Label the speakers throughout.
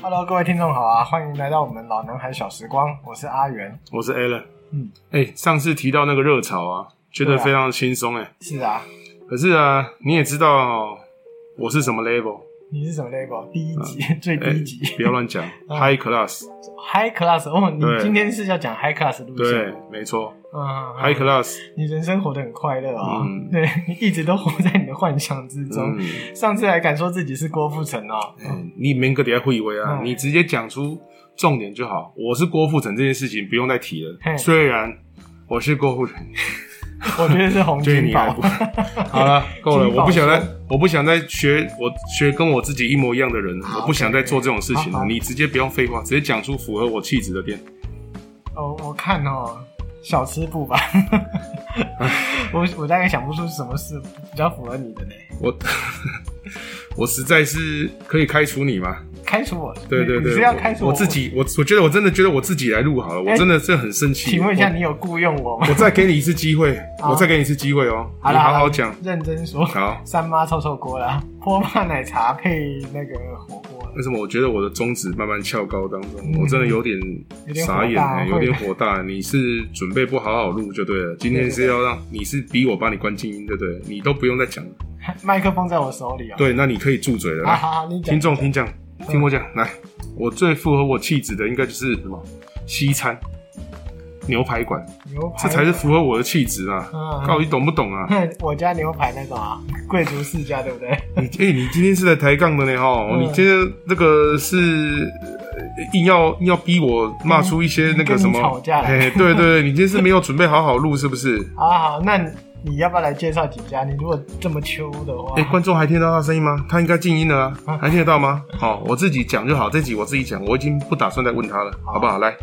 Speaker 1: Hello，各位听众好啊，欢迎来到我们老男孩小时光，我是阿元。
Speaker 2: 我是 Alan。
Speaker 1: 嗯，
Speaker 2: 哎、上次提到那个热潮啊，觉得
Speaker 1: 对啊
Speaker 2: 非常轻松哎。
Speaker 1: 是啊，
Speaker 2: 可是啊，你也知道哦我是什么 level，
Speaker 1: 你是什么 label？第一集、 啊最
Speaker 2: 哎、
Speaker 1: 低级、
Speaker 2: 不要乱 讲，High Class。
Speaker 1: High Class 哦，你
Speaker 2: 哎对
Speaker 1: 今天是要讲 High Class 路线？
Speaker 2: 对，没错
Speaker 1: 嗯
Speaker 2: ，High Class。
Speaker 1: 你人生活得很快乐啊、
Speaker 2: 嗯
Speaker 1: 对你一直都活在你的幻想之中。
Speaker 2: 嗯，
Speaker 1: 上次还敢说自己是郭富城哦，
Speaker 2: 哎你没个底下会以为啊，
Speaker 1: 嗯
Speaker 2: 你直接讲出重点就好。我是郭富城这件事情不用再提
Speaker 1: 嘿
Speaker 2: 了，虽然我是郭富城，
Speaker 1: 我觉得是洪
Speaker 2: 就是
Speaker 1: 金
Speaker 2: 你还啊
Speaker 1: 宝
Speaker 2: 不。 好了，够了，
Speaker 1: 金宝
Speaker 2: 我不想再
Speaker 1: 说，
Speaker 2: 我不想再学，我学跟我自己一模一样的人了，
Speaker 1: 好
Speaker 2: 我不想再做这种事情
Speaker 1: 好
Speaker 2: 了。
Speaker 1: 好
Speaker 2: 你直接不用废话，直接讲出符合我气质的店。
Speaker 1: 哦，我看哦，小吃部 吧。我我大概想不出什么是比较符合你的呢。
Speaker 2: 我 我实在是可以开除你吗？
Speaker 1: 开除我？
Speaker 2: 对对
Speaker 1: 你
Speaker 2: 对，
Speaker 1: 是要开除
Speaker 2: 我我自？己，我我觉得我真的觉得我自己来录好了，
Speaker 1: 哎
Speaker 2: 我真的是很生气。
Speaker 1: 请问一下，
Speaker 2: 我，
Speaker 1: 你有雇佣我吗？
Speaker 2: 我再给你一次机会，
Speaker 1: 好
Speaker 2: 我再给你一次机会哦，
Speaker 1: 好
Speaker 2: 你
Speaker 1: 啦
Speaker 2: 好
Speaker 1: 啦
Speaker 2: 好讲。
Speaker 1: 认真说。
Speaker 2: 好，
Speaker 1: 三妈臭臭锅啦，波霸奶茶配那个火锅，
Speaker 2: 为什么我觉得我的中指慢慢翘高当中
Speaker 1: 嗯，
Speaker 2: 我真的有点
Speaker 1: 有点火
Speaker 2: 傻眼
Speaker 1: 大
Speaker 2: 哎，
Speaker 1: 会
Speaker 2: 有点火大。你是准备不好好录就对了，今天是要让你是逼我把你关静音就对了，你都不用再讲了。
Speaker 1: 麦克风在我手里哦、
Speaker 2: 对，那你可以住嘴了。
Speaker 1: 好
Speaker 2: 来
Speaker 1: 好好，你讲嗯
Speaker 2: 听众听讲，听我讲，来，我最符合我气质的应该就是什么西餐牛排馆，
Speaker 1: 牛排，
Speaker 2: 这才是符合我的气质啊！
Speaker 1: 嗯
Speaker 2: 到底懂不懂啊？
Speaker 1: 哼 我家牛排那种啊，贵族世家对不 对？
Speaker 2: 你哎、你今天是来抬杠的呢哈、哦
Speaker 1: 嗯
Speaker 2: 你今天这个是呃硬要硬要逼我骂出一些那个什
Speaker 1: 跟
Speaker 2: 么
Speaker 1: 你吵架了
Speaker 2: 哎、对对对，你今天是没有准备好好录是不是？
Speaker 1: 好啊好，那你你要不要来介绍几家？你如果这么秋的话，
Speaker 2: 哎、观众还听得到他声音吗？他应该静音了啊，还听得到吗？好、我自己讲就好，这集我自己讲，我已经不打算再问他了，好不好？来，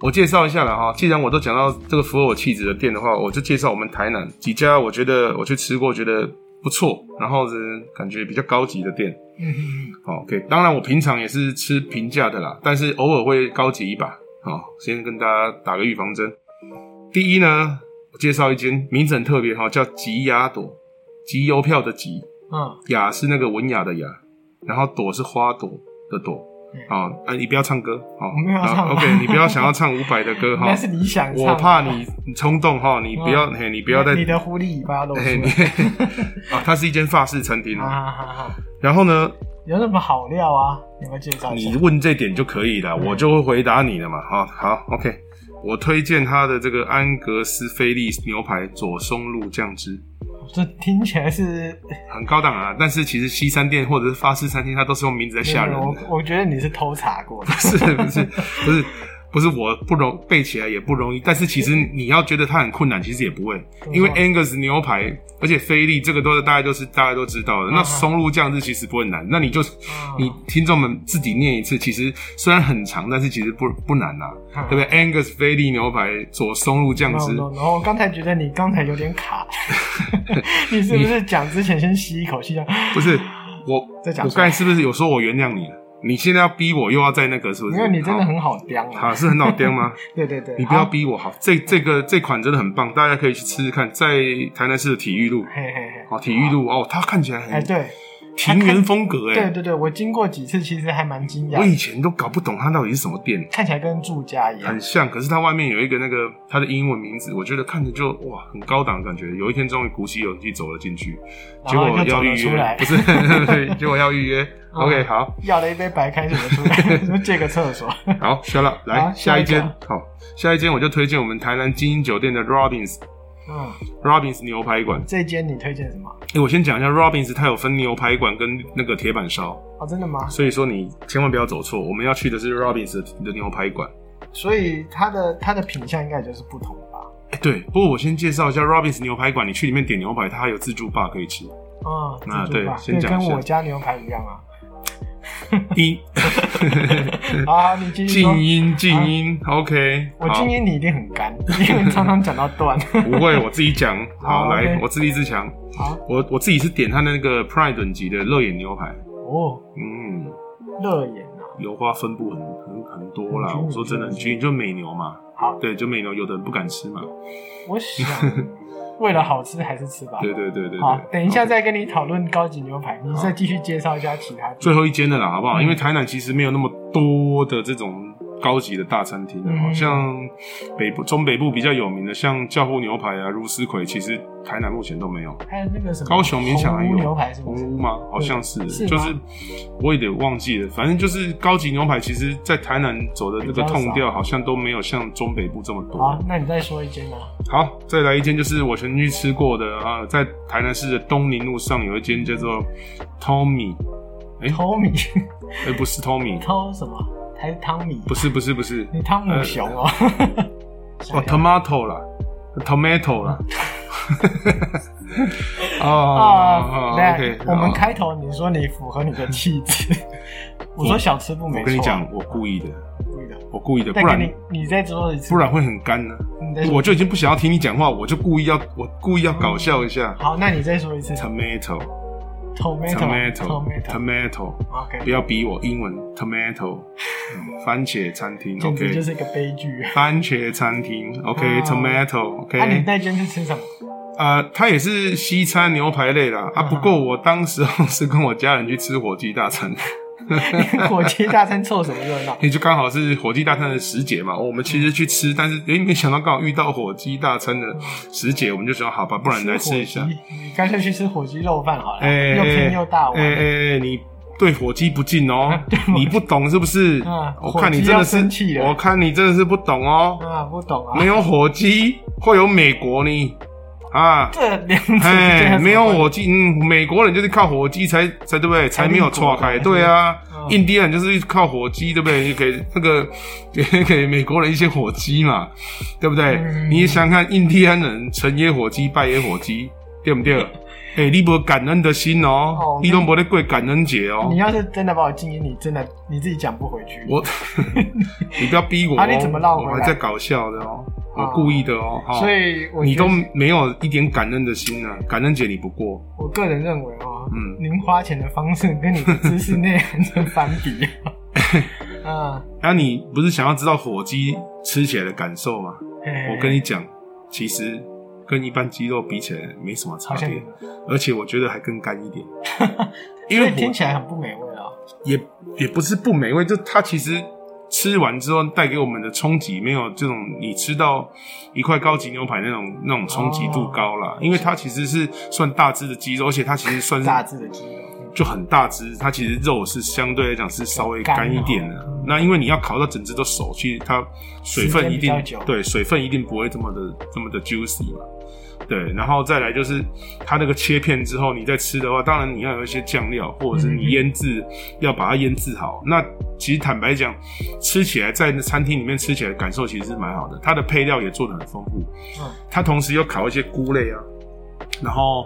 Speaker 2: 我介绍一下了哈。既然我都讲到这个符合我气质的店的话，我就介绍我们台南几家我觉得我去吃过，觉得不错，然后呢感觉比较高级的店。
Speaker 1: 嗯嗯嗯
Speaker 2: 好、o k 当然我平常也是吃平价的啦，但是偶尔会高级一把。好、先跟大家打个预防针。第一呢，我介绍一间名字很特别哈、叫吉雅朵，集邮票的集，
Speaker 1: 嗯，
Speaker 2: 雅是那个文雅的雅，然后朵是花朵的朵
Speaker 1: 嗯。
Speaker 2: 哦，啊，你不要唱歌哦，
Speaker 1: 我没有要
Speaker 2: 然后
Speaker 1: 唱
Speaker 2: OK，你不要想要唱伍佰的 歌哈
Speaker 1: 那，是你想唱的，
Speaker 2: 我怕你你冲动哈，你不要嘿，你不要再哎
Speaker 1: 你的狐狸尾巴 露出
Speaker 2: 嘿，你
Speaker 1: 来。
Speaker 2: 啊，它是一间法式餐厅
Speaker 1: 啊。 哈哈哈！
Speaker 2: 然后呢，
Speaker 1: 有什么好料啊？你们介绍一
Speaker 2: 你
Speaker 1: 下。
Speaker 2: 问这点就可以了，
Speaker 1: 嗯
Speaker 2: 我就会回答你了嘛。哈，好，OK，我推荐它的这个安格斯菲力牛排左松露酱汁。
Speaker 1: 这听起来是
Speaker 2: 很高档啊，但是其实西餐店或者是法式餐厅，它都是用名字在吓人的。
Speaker 1: 我我觉得你是偷查过的。
Speaker 2: 是不是不是不是我不容背起来也不容易，但是其实你要觉得它很困难，其实也不会，因为 Angus 牛排，而且菲力这个都是大家都是大家都知道的。
Speaker 1: 嗯
Speaker 2: 那
Speaker 1: 嗯
Speaker 2: 松露酱汁其实不会难，那你就
Speaker 1: 嗯
Speaker 2: 你听众们自己念一次，其实虽然很长，但是其实不不难啊呐、
Speaker 1: 嗯
Speaker 2: 对不对？Angus 菲力牛排佐松露酱
Speaker 1: no
Speaker 2: 汁，
Speaker 1: no no！我刚才觉得你刚才有点 卡，你是不是讲之前先吸一口气，这样
Speaker 2: 不是我
Speaker 1: 再讲
Speaker 2: 我刚才是不是有说我原谅你了？你现在要逼我又要在那个是不是？
Speaker 1: 没有，你真的
Speaker 2: 好
Speaker 1: 很好刁啊
Speaker 2: 好！是很老 颠吗？
Speaker 1: 对对对，
Speaker 2: 你不要
Speaker 1: 好，
Speaker 2: 逼我好，这这个这款真的很棒，大家可以去吃吃看，在台南市的体育路，
Speaker 1: 嘿嘿嘿，
Speaker 2: 哦，体育路哦，它看起来
Speaker 1: 哎
Speaker 2: 很
Speaker 1: 对
Speaker 2: 庭园风格
Speaker 1: 对
Speaker 2: 哎，
Speaker 1: 对对，我经过几次，其实还蛮惊
Speaker 2: 我
Speaker 1: 讶，
Speaker 2: 以前都搞不懂它到底是什么店，
Speaker 1: 看起来跟住家一样
Speaker 2: 很。像，可是它外面有一个那个它的英文名字，我觉得看着就哇很高档的感觉，有一天终于鼓起勇气走了进去，结
Speaker 1: 然
Speaker 2: 果
Speaker 1: 后就走
Speaker 2: 要
Speaker 1: 了
Speaker 2: 预
Speaker 1: 出
Speaker 2: 约
Speaker 1: 来，啊
Speaker 2: 不是， 对结果要 预约，OK 好
Speaker 1: 要了一杯白开水就出来， 说借个厕所。
Speaker 2: 好，行了，来
Speaker 1: 好下
Speaker 2: 下
Speaker 1: 一
Speaker 2: 一
Speaker 1: 个
Speaker 2: 间，好下一间我就推荐我们台南金鹰酒店的 Robins。
Speaker 1: 嗯，
Speaker 2: Robins 牛排馆，
Speaker 1: 这间你推荐什么？
Speaker 2: 哎、我先讲一下，Robins 它有分牛排馆跟那个铁板烧，
Speaker 1: 哦，真的吗？
Speaker 2: 所以说你千万不要走错。我们要去的是 Robins 的牛排馆。
Speaker 1: 所以它的它的品相应该也就是不同吧。
Speaker 2: 哎、对，不过我先介绍一下 Robins 牛排馆，你去里面点牛排，它还有自助吧可以吃。
Speaker 1: 嗯，
Speaker 2: 啊
Speaker 1: 自助吧
Speaker 2: 对先讲一
Speaker 1: 跟
Speaker 2: 下
Speaker 1: 我家牛排一样 啊。
Speaker 2: 音，
Speaker 1: 好好， 你继续说。啊
Speaker 2: 静音，静音、o k
Speaker 1: 我今天你一定很干，因为常常讲到 断。
Speaker 2: 不会，我自 己讲。好，
Speaker 1: 好
Speaker 2: 来
Speaker 1: 哦 OK
Speaker 2: 我自立自强。
Speaker 1: 好
Speaker 2: 我我自己是点它的那个 Prime 等级的热眼牛排，
Speaker 1: 哦，
Speaker 2: 嗯，
Speaker 1: 热眼啊，
Speaker 2: 油花分布很很很多啦。
Speaker 1: 很均匀
Speaker 2: 我说真的，很均匀，就美牛嘛。
Speaker 1: 好
Speaker 2: 对，就美牛，有的人不敢吃嘛。
Speaker 1: 我想为了好吃还是吃吧。
Speaker 2: 对对对对对。
Speaker 1: 好，等一下
Speaker 2: OK
Speaker 1: 再跟你讨论高级牛排，你再继续介绍一下其他地
Speaker 2: 最后一间的啦，好不好？
Speaker 1: 嗯
Speaker 2: 因为台南其实没有那么多的这种高级的大餐厅的，啊
Speaker 1: 嗯
Speaker 2: 好像北部、中北部比较有名的，像教父牛排啊、如斯葵，其实台南目前都没有。
Speaker 1: 还有那个什么
Speaker 2: 高雄勉强还
Speaker 1: 红屋牛
Speaker 2: 有
Speaker 1: 排是不是？
Speaker 2: 红屋吗？好像是，
Speaker 1: 是吗
Speaker 2: 就是我有点忘记了。反正就是高级牛排，其实在台南走的那个
Speaker 1: 比
Speaker 2: 痛
Speaker 1: 较
Speaker 2: 调，好像都没有像中北部这么多。
Speaker 1: 好，那你再说一间啊。
Speaker 2: 好，再来一间，就是我曾经去吃过的啊、呃在台南市的东宁路上有一间叫做 Tommy，哎、
Speaker 1: 偷米
Speaker 2: 哎、不是 Tommy，
Speaker 1: 偷什么？还是汤米？
Speaker 2: 不是不是不是，
Speaker 1: 你汤姆熊哦。
Speaker 2: 哦，tomato 啦，tomato 呃啦。 哦
Speaker 1: 啊
Speaker 2: 哦，
Speaker 1: 对啊
Speaker 2: ，OK，
Speaker 1: 我们
Speaker 2: 好
Speaker 1: 开头你说你符合你的气质， 我说小吃部没错。
Speaker 2: 我跟你讲，我故意的，
Speaker 1: 故意的，
Speaker 2: 我故意的，不
Speaker 1: 再给
Speaker 2: 然
Speaker 1: 你你再说一次，
Speaker 2: 不然会很干呢。
Speaker 1: 你再说
Speaker 2: 我就已经不想要听你讲话，我就故意要我故意要搞笑一下。
Speaker 1: 好，那你再说一次
Speaker 2: tomato，tomato，tomato，
Speaker 1: ，tomato，tomato，tomato。OK，
Speaker 2: 不要逼我英文 tomato，嗯番茄餐厅
Speaker 1: 简直就
Speaker 2: ，OK，
Speaker 1: 是一个悲剧。
Speaker 2: 番茄餐厅
Speaker 1: 啊那你
Speaker 2: ，OK，tomato，OK。
Speaker 1: 那间是吃什么？
Speaker 2: 啊，它也是西餐牛排类啦啊，
Speaker 1: 嗯
Speaker 2: 不过我当时候是跟我家人去吃火鸡大餐，
Speaker 1: 火鸡大餐凑什么热闹？
Speaker 2: 也就刚好是火鸡大餐的时节嘛。哦我们其实去吃，但是诶、没想到刚好遇到火鸡大餐的时节，我们就想好吧，不
Speaker 1: 嗯
Speaker 2: 然来吃一下
Speaker 1: 火。鸡，你干脆去吃火鸡肉饭好了，
Speaker 2: 哎
Speaker 1: 又拼又大碗。
Speaker 2: 哎哎，你对火鸡不敬哦、
Speaker 1: 对我
Speaker 2: 你不懂是不是？
Speaker 1: 嗯
Speaker 2: 我看你真
Speaker 1: 火鸡要
Speaker 2: 的
Speaker 1: 生气
Speaker 2: 是，
Speaker 1: 了
Speaker 2: 我看你真的是不懂哦、
Speaker 1: 啊，不懂啊
Speaker 2: 没，有火鸡会有美国呢啊。
Speaker 1: 这两者之间
Speaker 2: 哎，
Speaker 1: 什么
Speaker 2: 没有
Speaker 1: 关系
Speaker 2: 火鸡，嗯，美国人就是靠火鸡才才对不对？才没有错开，
Speaker 1: 才立国
Speaker 2: 对啊
Speaker 1: 嗯，
Speaker 2: 印第安人就是靠火鸡，对不对？你给 那个给给美国人一些火鸡嘛，对不对？
Speaker 1: 嗯
Speaker 2: 你想想看，印第安人成也火鸡，败也火鸡，对 不对？哎、你无感恩的心哦，
Speaker 1: 哦
Speaker 2: 你都无咧过感恩节哦
Speaker 1: 你。要是真的把我禁言，你真的你自己讲不回去。
Speaker 2: 我， 你不要逼我、哦，
Speaker 1: 啊你怎么绕回来
Speaker 2: 我还在搞笑的哦，我
Speaker 1: 哦
Speaker 2: 故意的哦。哈
Speaker 1: 所以我
Speaker 2: 你
Speaker 1: 觉
Speaker 2: 都
Speaker 1: 得
Speaker 2: 没有一点感恩的心啊，感恩节你不过，
Speaker 1: 我个人认为哦，
Speaker 2: 嗯
Speaker 1: 您花钱的方式跟你的知识内涵成反比。 啊，
Speaker 2: 那、你不是想要知道火鸡吃起来的感受吗？
Speaker 1: 嘿
Speaker 2: 我跟你讲，其实跟一般鸡肉比起来没什么差
Speaker 1: 好像
Speaker 2: 别，而且我觉得还更干 一点，因
Speaker 1: 因
Speaker 2: 为
Speaker 1: 为
Speaker 2: 火
Speaker 1: 听起来很不美味啊。
Speaker 2: 也也不是不美味，就它其实吃完之后带给我们的冲击没有这种你吃到一块高级牛排那种那种冲击度高啦，因为它其实是算大只的鸡肉，而且它其实算是
Speaker 1: 哦大致的鸡肉，嗯
Speaker 2: 就很大只，它其实肉是相对来讲是稍微干一点的
Speaker 1: 干哦。
Speaker 2: 那因为你要烤到整只都熟，其实它水分一定
Speaker 1: 时间比较久
Speaker 2: 对水分一定不会这么的这么的 juicy 嘛。对，然后再来就是它那个切片之后，你再吃的话，当然你要有一些酱料，或者是
Speaker 1: 嗯
Speaker 2: 你腌制、要把它腌制好。那其实坦白讲，吃起来在餐厅里面吃起来的感受其实是蛮好的，它的配料也做的很丰富。
Speaker 1: 嗯
Speaker 2: 它同时又烤一些菇类啊，然后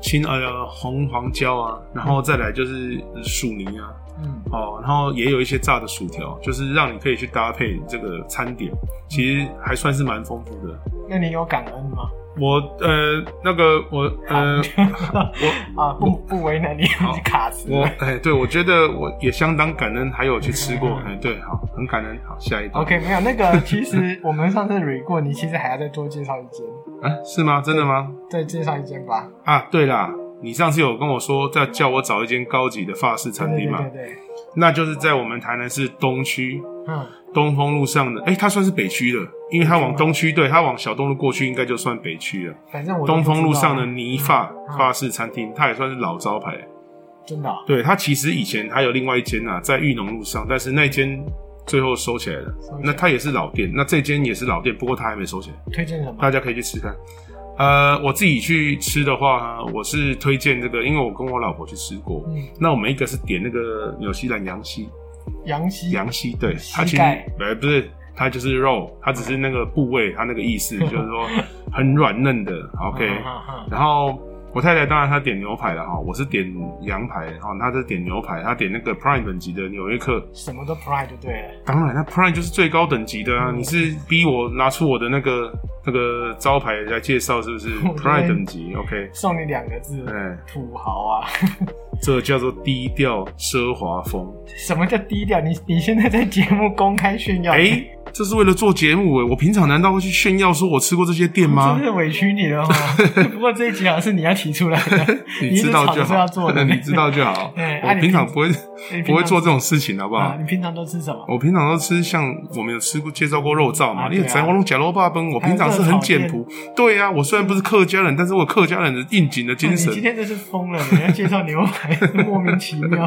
Speaker 2: 青呃红黄椒啊，然后再来就是薯泥啊，
Speaker 1: 嗯，
Speaker 2: 哦，然后也有一些炸的薯条，就是让你可以去搭配这个餐点，其实还算是蛮丰富的。
Speaker 1: 那你有感恩 吗？
Speaker 2: 我呃那个我呃我
Speaker 1: 啊，不不为难你，
Speaker 2: 好
Speaker 1: 你卡死
Speaker 2: 我
Speaker 1: 了。
Speaker 2: 哎对，我觉得我也相当感恩，还有去吃过哎对，好很感恩，好下一
Speaker 1: 嗯
Speaker 2: 道
Speaker 1: OK，没有那个，其实我们上次 re 过，你其实还要再多介绍一间，
Speaker 2: 啊是吗？真的吗？
Speaker 1: 再介绍一间吧。
Speaker 2: 啊对啦，你上次有跟我说要叫我找一间高级的法式餐
Speaker 1: 对
Speaker 2: 厅嘛
Speaker 1: 对对？对，
Speaker 2: 那就是在我们台南市东区
Speaker 1: 嗯，
Speaker 2: 东风路上的，哎、它算是北区了，因为它往东区，对，它往小东路过去，应该就算北区了。
Speaker 1: 反正我都
Speaker 2: 东风路上的
Speaker 1: 不知道啊
Speaker 2: 泥发
Speaker 1: 嗯
Speaker 2: 发式餐厅，它也算是老招牌。
Speaker 1: 真的啊
Speaker 2: 对，它其实以前还有另外一间啊，在裕农路上，但是那间最后收起来了
Speaker 1: 收起来。
Speaker 2: 那它也是老店，那这间也是老店，不过它还没收起来，
Speaker 1: 推荐什么？
Speaker 2: 大家可以去吃看。呃，我自己去吃的话，我是推荐这个，因为我跟我老婆去吃过。
Speaker 1: 嗯，
Speaker 2: 那我们一个是点那个纽西兰羊膝，
Speaker 1: 杨希，
Speaker 2: 羊膝，对，它
Speaker 1: 膝
Speaker 2: 其实
Speaker 1: 盖
Speaker 2: 呃不是，它就是肉，它只是那个部位，它那个意 思就是说很软嫩的，OK。
Speaker 1: 嗯嗯嗯
Speaker 2: 然后我太太当然她点牛排了哈，我是点羊排，然后她是点牛排，她点那个 Prime 等级的纽约客，
Speaker 1: 什么都 pride 就对了。
Speaker 2: 当然那 Prime 就是最高等级的啊，
Speaker 1: 嗯
Speaker 2: 你是逼我拿出我的那个那个招牌来介绍是不是
Speaker 1: 我觉得
Speaker 2: ？Prime 等级，OK，
Speaker 1: 送你两个字，
Speaker 2: 哎。
Speaker 1: 土豪啊！
Speaker 2: 这叫做低调奢华风。
Speaker 1: 什么叫低调？你你现在在节目公开炫耀，
Speaker 2: 哎、这是为了做节目哎、我平常难道会去炫耀说我吃过这些店吗
Speaker 1: 真？是委屈你了 哈。不过这一集好像啊是你要提出来的，一
Speaker 2: 知
Speaker 1: 直
Speaker 2: 道
Speaker 1: 吵
Speaker 2: 就
Speaker 1: 着说
Speaker 2: 好
Speaker 1: 要做，的，
Speaker 2: 你知道 就好。
Speaker 1: 对啊
Speaker 2: 我
Speaker 1: 你
Speaker 2: 平常
Speaker 1: 平哎
Speaker 2: 不会
Speaker 1: 你平常
Speaker 2: 不会做这种事情，好不好
Speaker 1: 啊？？你平常都吃什么？
Speaker 2: 我平常都吃像我们有吃过介绍过肉燥
Speaker 1: 啊
Speaker 2: 嘛，
Speaker 1: 对
Speaker 2: 你
Speaker 1: 啊
Speaker 2: 也咱我弄假肉霸崩，我平常是很简朴。对啊呀、我虽然不是客家人，但是我有客家人的应景的精
Speaker 1: 啊哦你今
Speaker 2: 神。
Speaker 1: 天真是疯了！你要介绍牛排， 莫名其妙，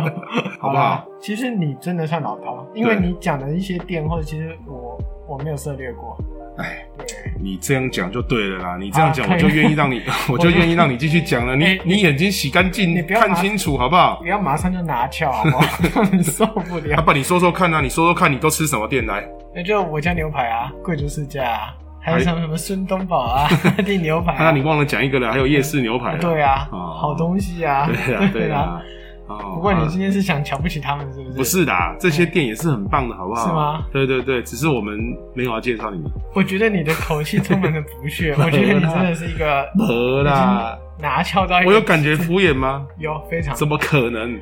Speaker 2: 好不好
Speaker 1: 啦？其实你真的算老饕，因为
Speaker 2: 对
Speaker 1: 你讲的一些店，或者其实我我没有涉猎过。
Speaker 2: 哎，
Speaker 1: 对，
Speaker 2: 你这样讲就对了啦，你这样讲
Speaker 1: 啊可以
Speaker 2: 我就愿意让你， 我就愿意让你继续讲了。你
Speaker 1: 哎
Speaker 2: 你眼睛洗干净
Speaker 1: 你，不要
Speaker 2: 看
Speaker 1: 拿
Speaker 2: 清楚好不好
Speaker 1: 不？要马上就拿翘，好不 好？你受不
Speaker 2: 阿
Speaker 1: 了。
Speaker 2: 爸，你说说看啊，你说说看，你都吃什么店来？
Speaker 1: 那就我家牛排啊，贵族世家啊，还有什么什么孙东宝啊， 地牛排、
Speaker 2: 啊那
Speaker 1: 啊
Speaker 2: 你。忘了讲一个了，还有夜市牛排。
Speaker 1: 对啊，
Speaker 2: 哦
Speaker 1: 好东西啊，
Speaker 2: 对啊，对
Speaker 1: 啊
Speaker 2: 啊。。哦
Speaker 1: 不过
Speaker 2: 啊
Speaker 1: 你今天是想瞧不起他们是不是？
Speaker 2: 不，是的，这些店也是很棒的，好不好？
Speaker 1: 是吗？
Speaker 2: 对对对，只是我们没有要介绍你们。
Speaker 1: 我觉得你的口气充满了不 屑，我觉得你真的是一个
Speaker 2: 得啦，
Speaker 1: 拿翘到一个
Speaker 2: 我有感觉敷衍吗？
Speaker 1: 有非常。
Speaker 2: 怎么可能？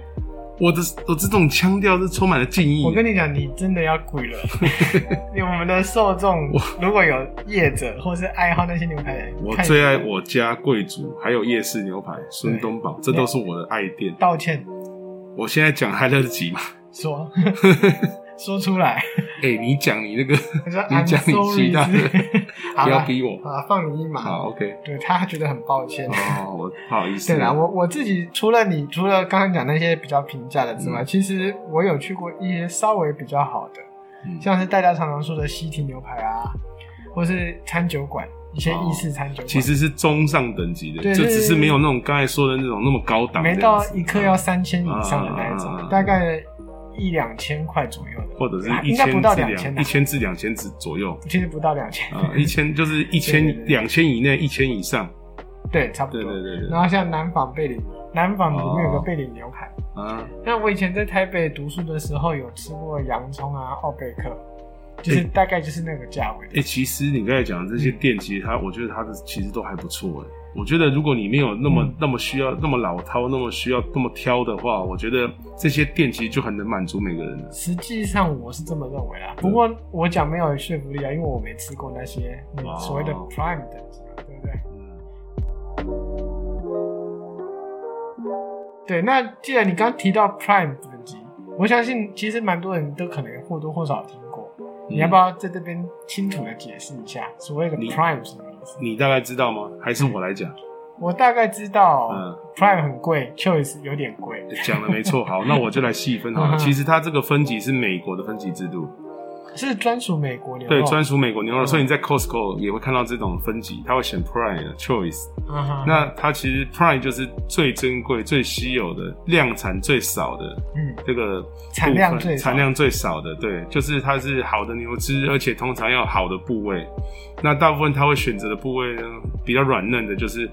Speaker 2: 我的我这种腔调是充满了敬意。
Speaker 1: 我跟你讲，你真的要跪 了。因为我们的受众如果有业者或是爱好那些牛排的人，
Speaker 2: 我
Speaker 1: 看
Speaker 2: 最爱我家贵族，还有夜市牛排、孙东宝，这都是我的爱店。
Speaker 1: 道歉
Speaker 2: 我现在讲还来得及吗？
Speaker 1: 说说出来，
Speaker 2: 哎、你讲你那个，
Speaker 1: 他说
Speaker 2: 你
Speaker 1: I'm
Speaker 2: 讲你
Speaker 1: sorry，
Speaker 2: 其他的，
Speaker 1: 好
Speaker 2: 不要
Speaker 1: 了，
Speaker 2: 逼我。
Speaker 1: 啊，放你一马。
Speaker 2: 好，OK。
Speaker 1: 对他觉得很抱歉。
Speaker 2: 哦，我不好意思。
Speaker 1: 对啦，我我自己除了你除了刚刚讲那些比较平价的之外，其实我有去过一些稍微比较好的，
Speaker 2: 嗯
Speaker 1: 像是大家常常说的西提牛排啊，或是餐酒馆，一些意式餐酒馆，
Speaker 2: 哦其实是中上等级的，
Speaker 1: 对
Speaker 2: 就
Speaker 1: 对
Speaker 2: 只是没有那种刚才说的那种那么高档
Speaker 1: 没
Speaker 2: 的样子，啊
Speaker 1: 到一克要
Speaker 2: 嗯
Speaker 1: 三千以上的那一
Speaker 2: 啊啊啊啊
Speaker 1: 种
Speaker 2: 啊，
Speaker 1: 大概一两千块左右的，
Speaker 2: 或者是
Speaker 1: 啊
Speaker 2: 一
Speaker 1: 应该
Speaker 2: 千
Speaker 1: 不
Speaker 2: 至
Speaker 1: 到两千
Speaker 2: 两一，千至两千之左右，
Speaker 1: 其实不到两千，
Speaker 2: 啊，一千就是一
Speaker 1: 对
Speaker 2: 千
Speaker 1: 对对
Speaker 2: 两千以内，一千以上，
Speaker 1: 对，差不
Speaker 2: 对
Speaker 1: 多。
Speaker 2: 对对对，
Speaker 1: 然后像南纺贝里，南纺里面有个
Speaker 2: 哦
Speaker 1: 贝里牛排，
Speaker 2: 啊，
Speaker 1: 那我以前在台北读书的时候，有吃过洋葱啊、奥贝克，就是大概就是那个价位。
Speaker 2: 哎，其实你刚才讲的这些
Speaker 1: 嗯
Speaker 2: 店，其实它我觉得它的其实都还不错哎。我觉得如果你没有那么、
Speaker 1: 嗯
Speaker 2: 那么需要那么老饕那么需要那么挑的话，我觉得这些店其实就很能满足每个人了。
Speaker 1: 实际上我是这么认为
Speaker 2: 嗯
Speaker 1: 啦，不过我讲没有说服力啊，因为我没吃过那些嗯
Speaker 2: 哦
Speaker 1: 所谓的 prime 等级嘛，对不对？对，那既然你刚提到 prime 等级，我相信其实蛮多人都可能或多或少听过，
Speaker 2: 嗯
Speaker 1: 你要不
Speaker 2: 要？
Speaker 1: 要在这边清楚的解释一下所谓的
Speaker 2: 你
Speaker 1: prime 是什么意思？
Speaker 2: 你大概知道吗？还是我来讲？
Speaker 1: 我大概知道、
Speaker 2: 嗯
Speaker 1: prime 很贵，choice 有点贵
Speaker 2: 讲的没错，好，那我就来细分好了。
Speaker 1: 嗯
Speaker 2: 其实它这个分级是美国的分级制度，
Speaker 1: 是专属美国牛肉，
Speaker 2: 对，专属美国牛肉，
Speaker 1: 嗯
Speaker 2: 所以你在 Costco 也会看到这种分级，它会选 Prime、Choice。
Speaker 1: 嗯哼
Speaker 2: 那它其实 Prime 就是最珍贵、最稀有的、量产最少的
Speaker 1: 嗯
Speaker 2: 这个
Speaker 1: 产
Speaker 2: 部分
Speaker 1: 量最少
Speaker 2: 产量最少的，对，就是它是好的牛脂，而且通常要好的部位。那大部分它会选择的部位呢，比较软嫩的，就是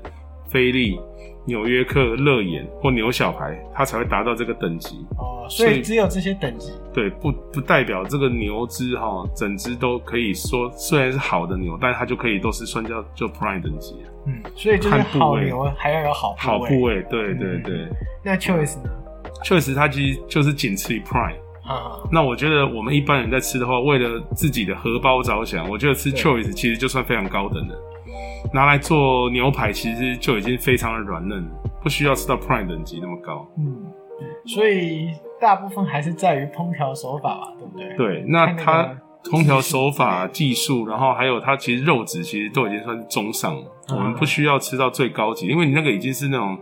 Speaker 2: 菲力、纽约客、乐眼或牛小排，它才会达到这个等级。
Speaker 1: 哦，所
Speaker 2: 所以
Speaker 1: 以只有这些等级
Speaker 2: 对，不不代表这个牛脂哈，整只都可以说虽然是好的牛，但是它就可以都是算叫就 prime 等级啊
Speaker 1: 嗯，所以就是
Speaker 2: 看部位
Speaker 1: 好牛啊还要有好部
Speaker 2: 好部位。对对
Speaker 1: 嗯
Speaker 2: 对，
Speaker 1: 那 choice 呢？
Speaker 2: 确实它其实就是仅次于 prime。
Speaker 1: 啊，
Speaker 2: 那我觉得我们一般人在吃的话，为了自己的荷包着想，我觉得吃
Speaker 1: 对
Speaker 2: choice 其实就算非常高等的，拿来做牛排其实就已经非常的软嫩了，不需要吃到 prime 等级那么高。
Speaker 1: 嗯，所以大部分还是在于烹调手法吧，对不对？，
Speaker 2: 对，那
Speaker 1: 看那
Speaker 2: 它
Speaker 1: 个
Speaker 2: 烹调手法、技术，然后还有它其实肉质其实都已经算是中上了。
Speaker 1: 嗯
Speaker 2: 我们不需要吃到最高级，因为你那个已经是那种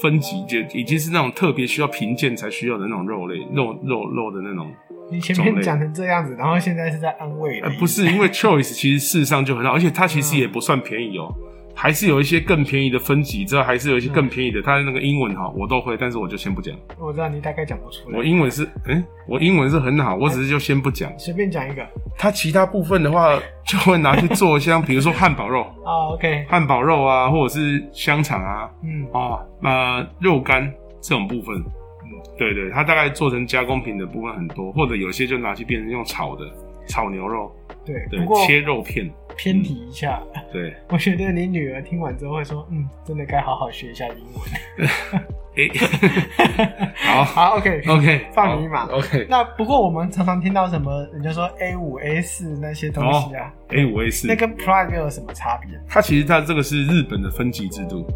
Speaker 2: 分级，就已经是那种特别需要评鉴才需要的那种肉类、肉肉肉的那种。
Speaker 1: 你前
Speaker 2: 种类
Speaker 1: 面讲成这样子，然后现在是在安慰
Speaker 2: 呃
Speaker 1: 你，，
Speaker 2: 不是，因为 choice 其实事实上就很好，而且它其实
Speaker 1: 嗯
Speaker 2: 也不算便宜哦。还是有一些更便宜的分级，之后还是有一些更便宜的。它的那个英文哈，我都会，但是我就先不讲。
Speaker 1: 我知道你大概讲不出来，
Speaker 2: 我英文是，嗯、我英文是很好，我只是就先不讲。
Speaker 1: 随便讲一个
Speaker 2: 它其他部分的话， 就会拿去做像比如说汉堡肉、
Speaker 1: 啊，OK，
Speaker 2: 汉堡肉啊，或者是香肠啊，
Speaker 1: 嗯，
Speaker 2: 啊，呃，肉干这种部分，嗯，对对，它大概做成加工品的部分很多，或者有些就拿去变成用炒的炒牛肉，
Speaker 1: 对。
Speaker 2: 对
Speaker 1: 不过，
Speaker 2: 切肉片，
Speaker 1: 偏题一下，
Speaker 2: 对。
Speaker 1: 嗯 我觉得你女儿听完之后会说，嗯，真的该好好学一下英文。
Speaker 2: 诶， 好
Speaker 1: 好，OK，
Speaker 2: ，OK，
Speaker 1: 放你一马
Speaker 2: 好，OK，
Speaker 1: 那不过我们常常听到什么人家说 A 五 A 四那些东西啊，
Speaker 2: A 五 A 四
Speaker 1: 那，跟 Prime 又有什么差别？
Speaker 2: 它其实它这个是日本的分级制度，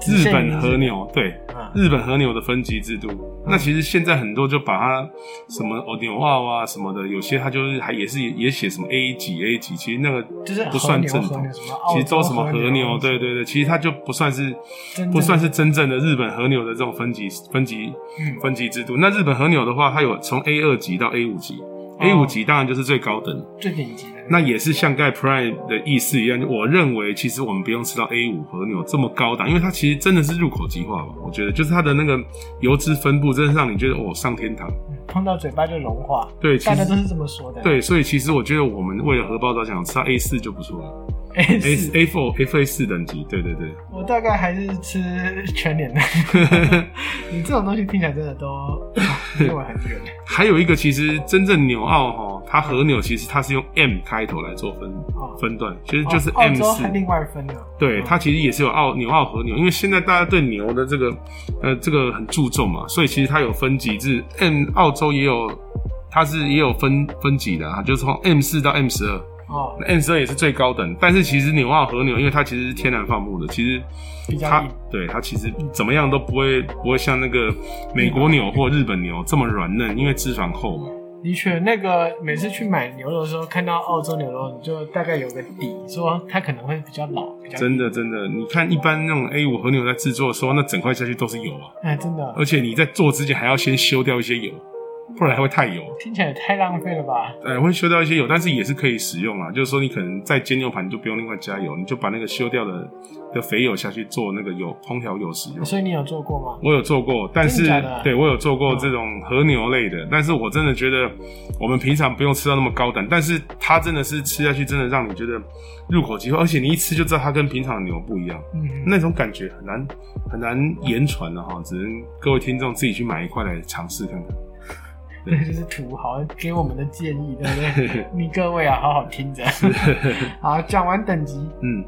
Speaker 1: 只
Speaker 2: 日
Speaker 1: 限于
Speaker 2: 本和牛对，
Speaker 1: 啊，
Speaker 2: 日本和牛的分级制度。
Speaker 1: 嗯
Speaker 2: 那其实现在很多就把它什么哦牛澳啊什么的，有些它就是还也是也写什么 A 级 A 级，其实那个
Speaker 1: 就是
Speaker 2: 不
Speaker 1: 和
Speaker 2: 算
Speaker 1: 牛
Speaker 2: 正
Speaker 1: 和
Speaker 2: 统
Speaker 1: 牛什么澳洲
Speaker 2: 其实都什么和牛，
Speaker 1: 和牛
Speaker 2: 对对对，其实它就不算是
Speaker 1: 真正的
Speaker 2: 不算是真正的日本和牛的这种分级分级
Speaker 1: 嗯
Speaker 2: 分级制度。那日本和牛的话，它有从 A 二级到 A 五级。A
Speaker 1: 哦
Speaker 2: 五级当然就是最高等，
Speaker 1: 最顶级的，
Speaker 2: 那也是像盖 Prime 的意思一样。我认为其实我们不用吃到 A 五和牛这么高档，因为它其实真的是入口即化吧。我觉得就是它的那个油脂分布，真的让你觉得哦上天堂。
Speaker 1: 碰到嘴巴就融化，
Speaker 2: 对，其
Speaker 1: 大家都
Speaker 2: 实
Speaker 1: 是这么说的。
Speaker 2: 对，所以其实我觉得我们为了荷包着想，吃到 A 四就不错了。
Speaker 1: A
Speaker 2: A
Speaker 1: 四，
Speaker 2: A four A f 四等级，对对对。
Speaker 1: 我大概还是吃全脸 的。你这种东西听起来真的都离我很远。
Speaker 2: 还有一个，其实真正纽澳哈，它和牛其实它是用 M 开头来做分
Speaker 1: 哦
Speaker 2: 分段，其实就是
Speaker 1: 哦澳
Speaker 2: M
Speaker 1: 洲
Speaker 2: 四
Speaker 1: 还。另外分呢。
Speaker 2: 对，
Speaker 1: 嗯
Speaker 2: 它其实也是有澳牛澳和牛，因为现在大家对牛的这个呃这个很注重嘛，所以其实它有分级制，M 澳洲也有，它是也有分分级的啊，就是从 M 四到 M 十二
Speaker 1: 哦，
Speaker 2: ，M 十二也是最高等，但是其实牛澳和牛，因为它其实是天然放牧的，其实
Speaker 1: 比较
Speaker 2: 它
Speaker 1: 硬
Speaker 2: 对它其实怎么样都不会不会像那个美国牛或日本牛这么软嫩，因为脂肪厚嘛。
Speaker 1: 的确，那个每次去买牛肉的时候，看到澳洲牛肉，你就大概有个底，说它可能会比较老，比较
Speaker 2: 真的真的，你看一般那种 A 五和牛在制作的时候，那整块下去都是油啊，
Speaker 1: 哎，真的
Speaker 2: 而且你在做之前还要先修掉一些油，不然还会太油。
Speaker 1: 听起来也太浪费了吧？
Speaker 2: 呃，会修掉一些油，但是也是可以使用啊。就是说，你可能在煎牛排，你就不用另外加油，你就把那个修掉的的肥油下去做那个油烹调油使用。
Speaker 1: 所以你有做过吗？
Speaker 2: 我有做过，但是
Speaker 1: 真的假的
Speaker 2: 对我有做过这种和牛类的，但是我真的觉得我们平常不用吃到那么高档，但是它真的是吃下去，真的让你觉得入口即化，而且你一吃就知道它跟平常的牛不一样。
Speaker 1: 嗯，
Speaker 2: 那种感觉很难很难言传的哈，只能各位听众自己去买一块来尝试看看。
Speaker 1: 那就是土豪给我们的建议，对不 对？你各位啊，好好听着。好，讲完等级，
Speaker 2: 嗯，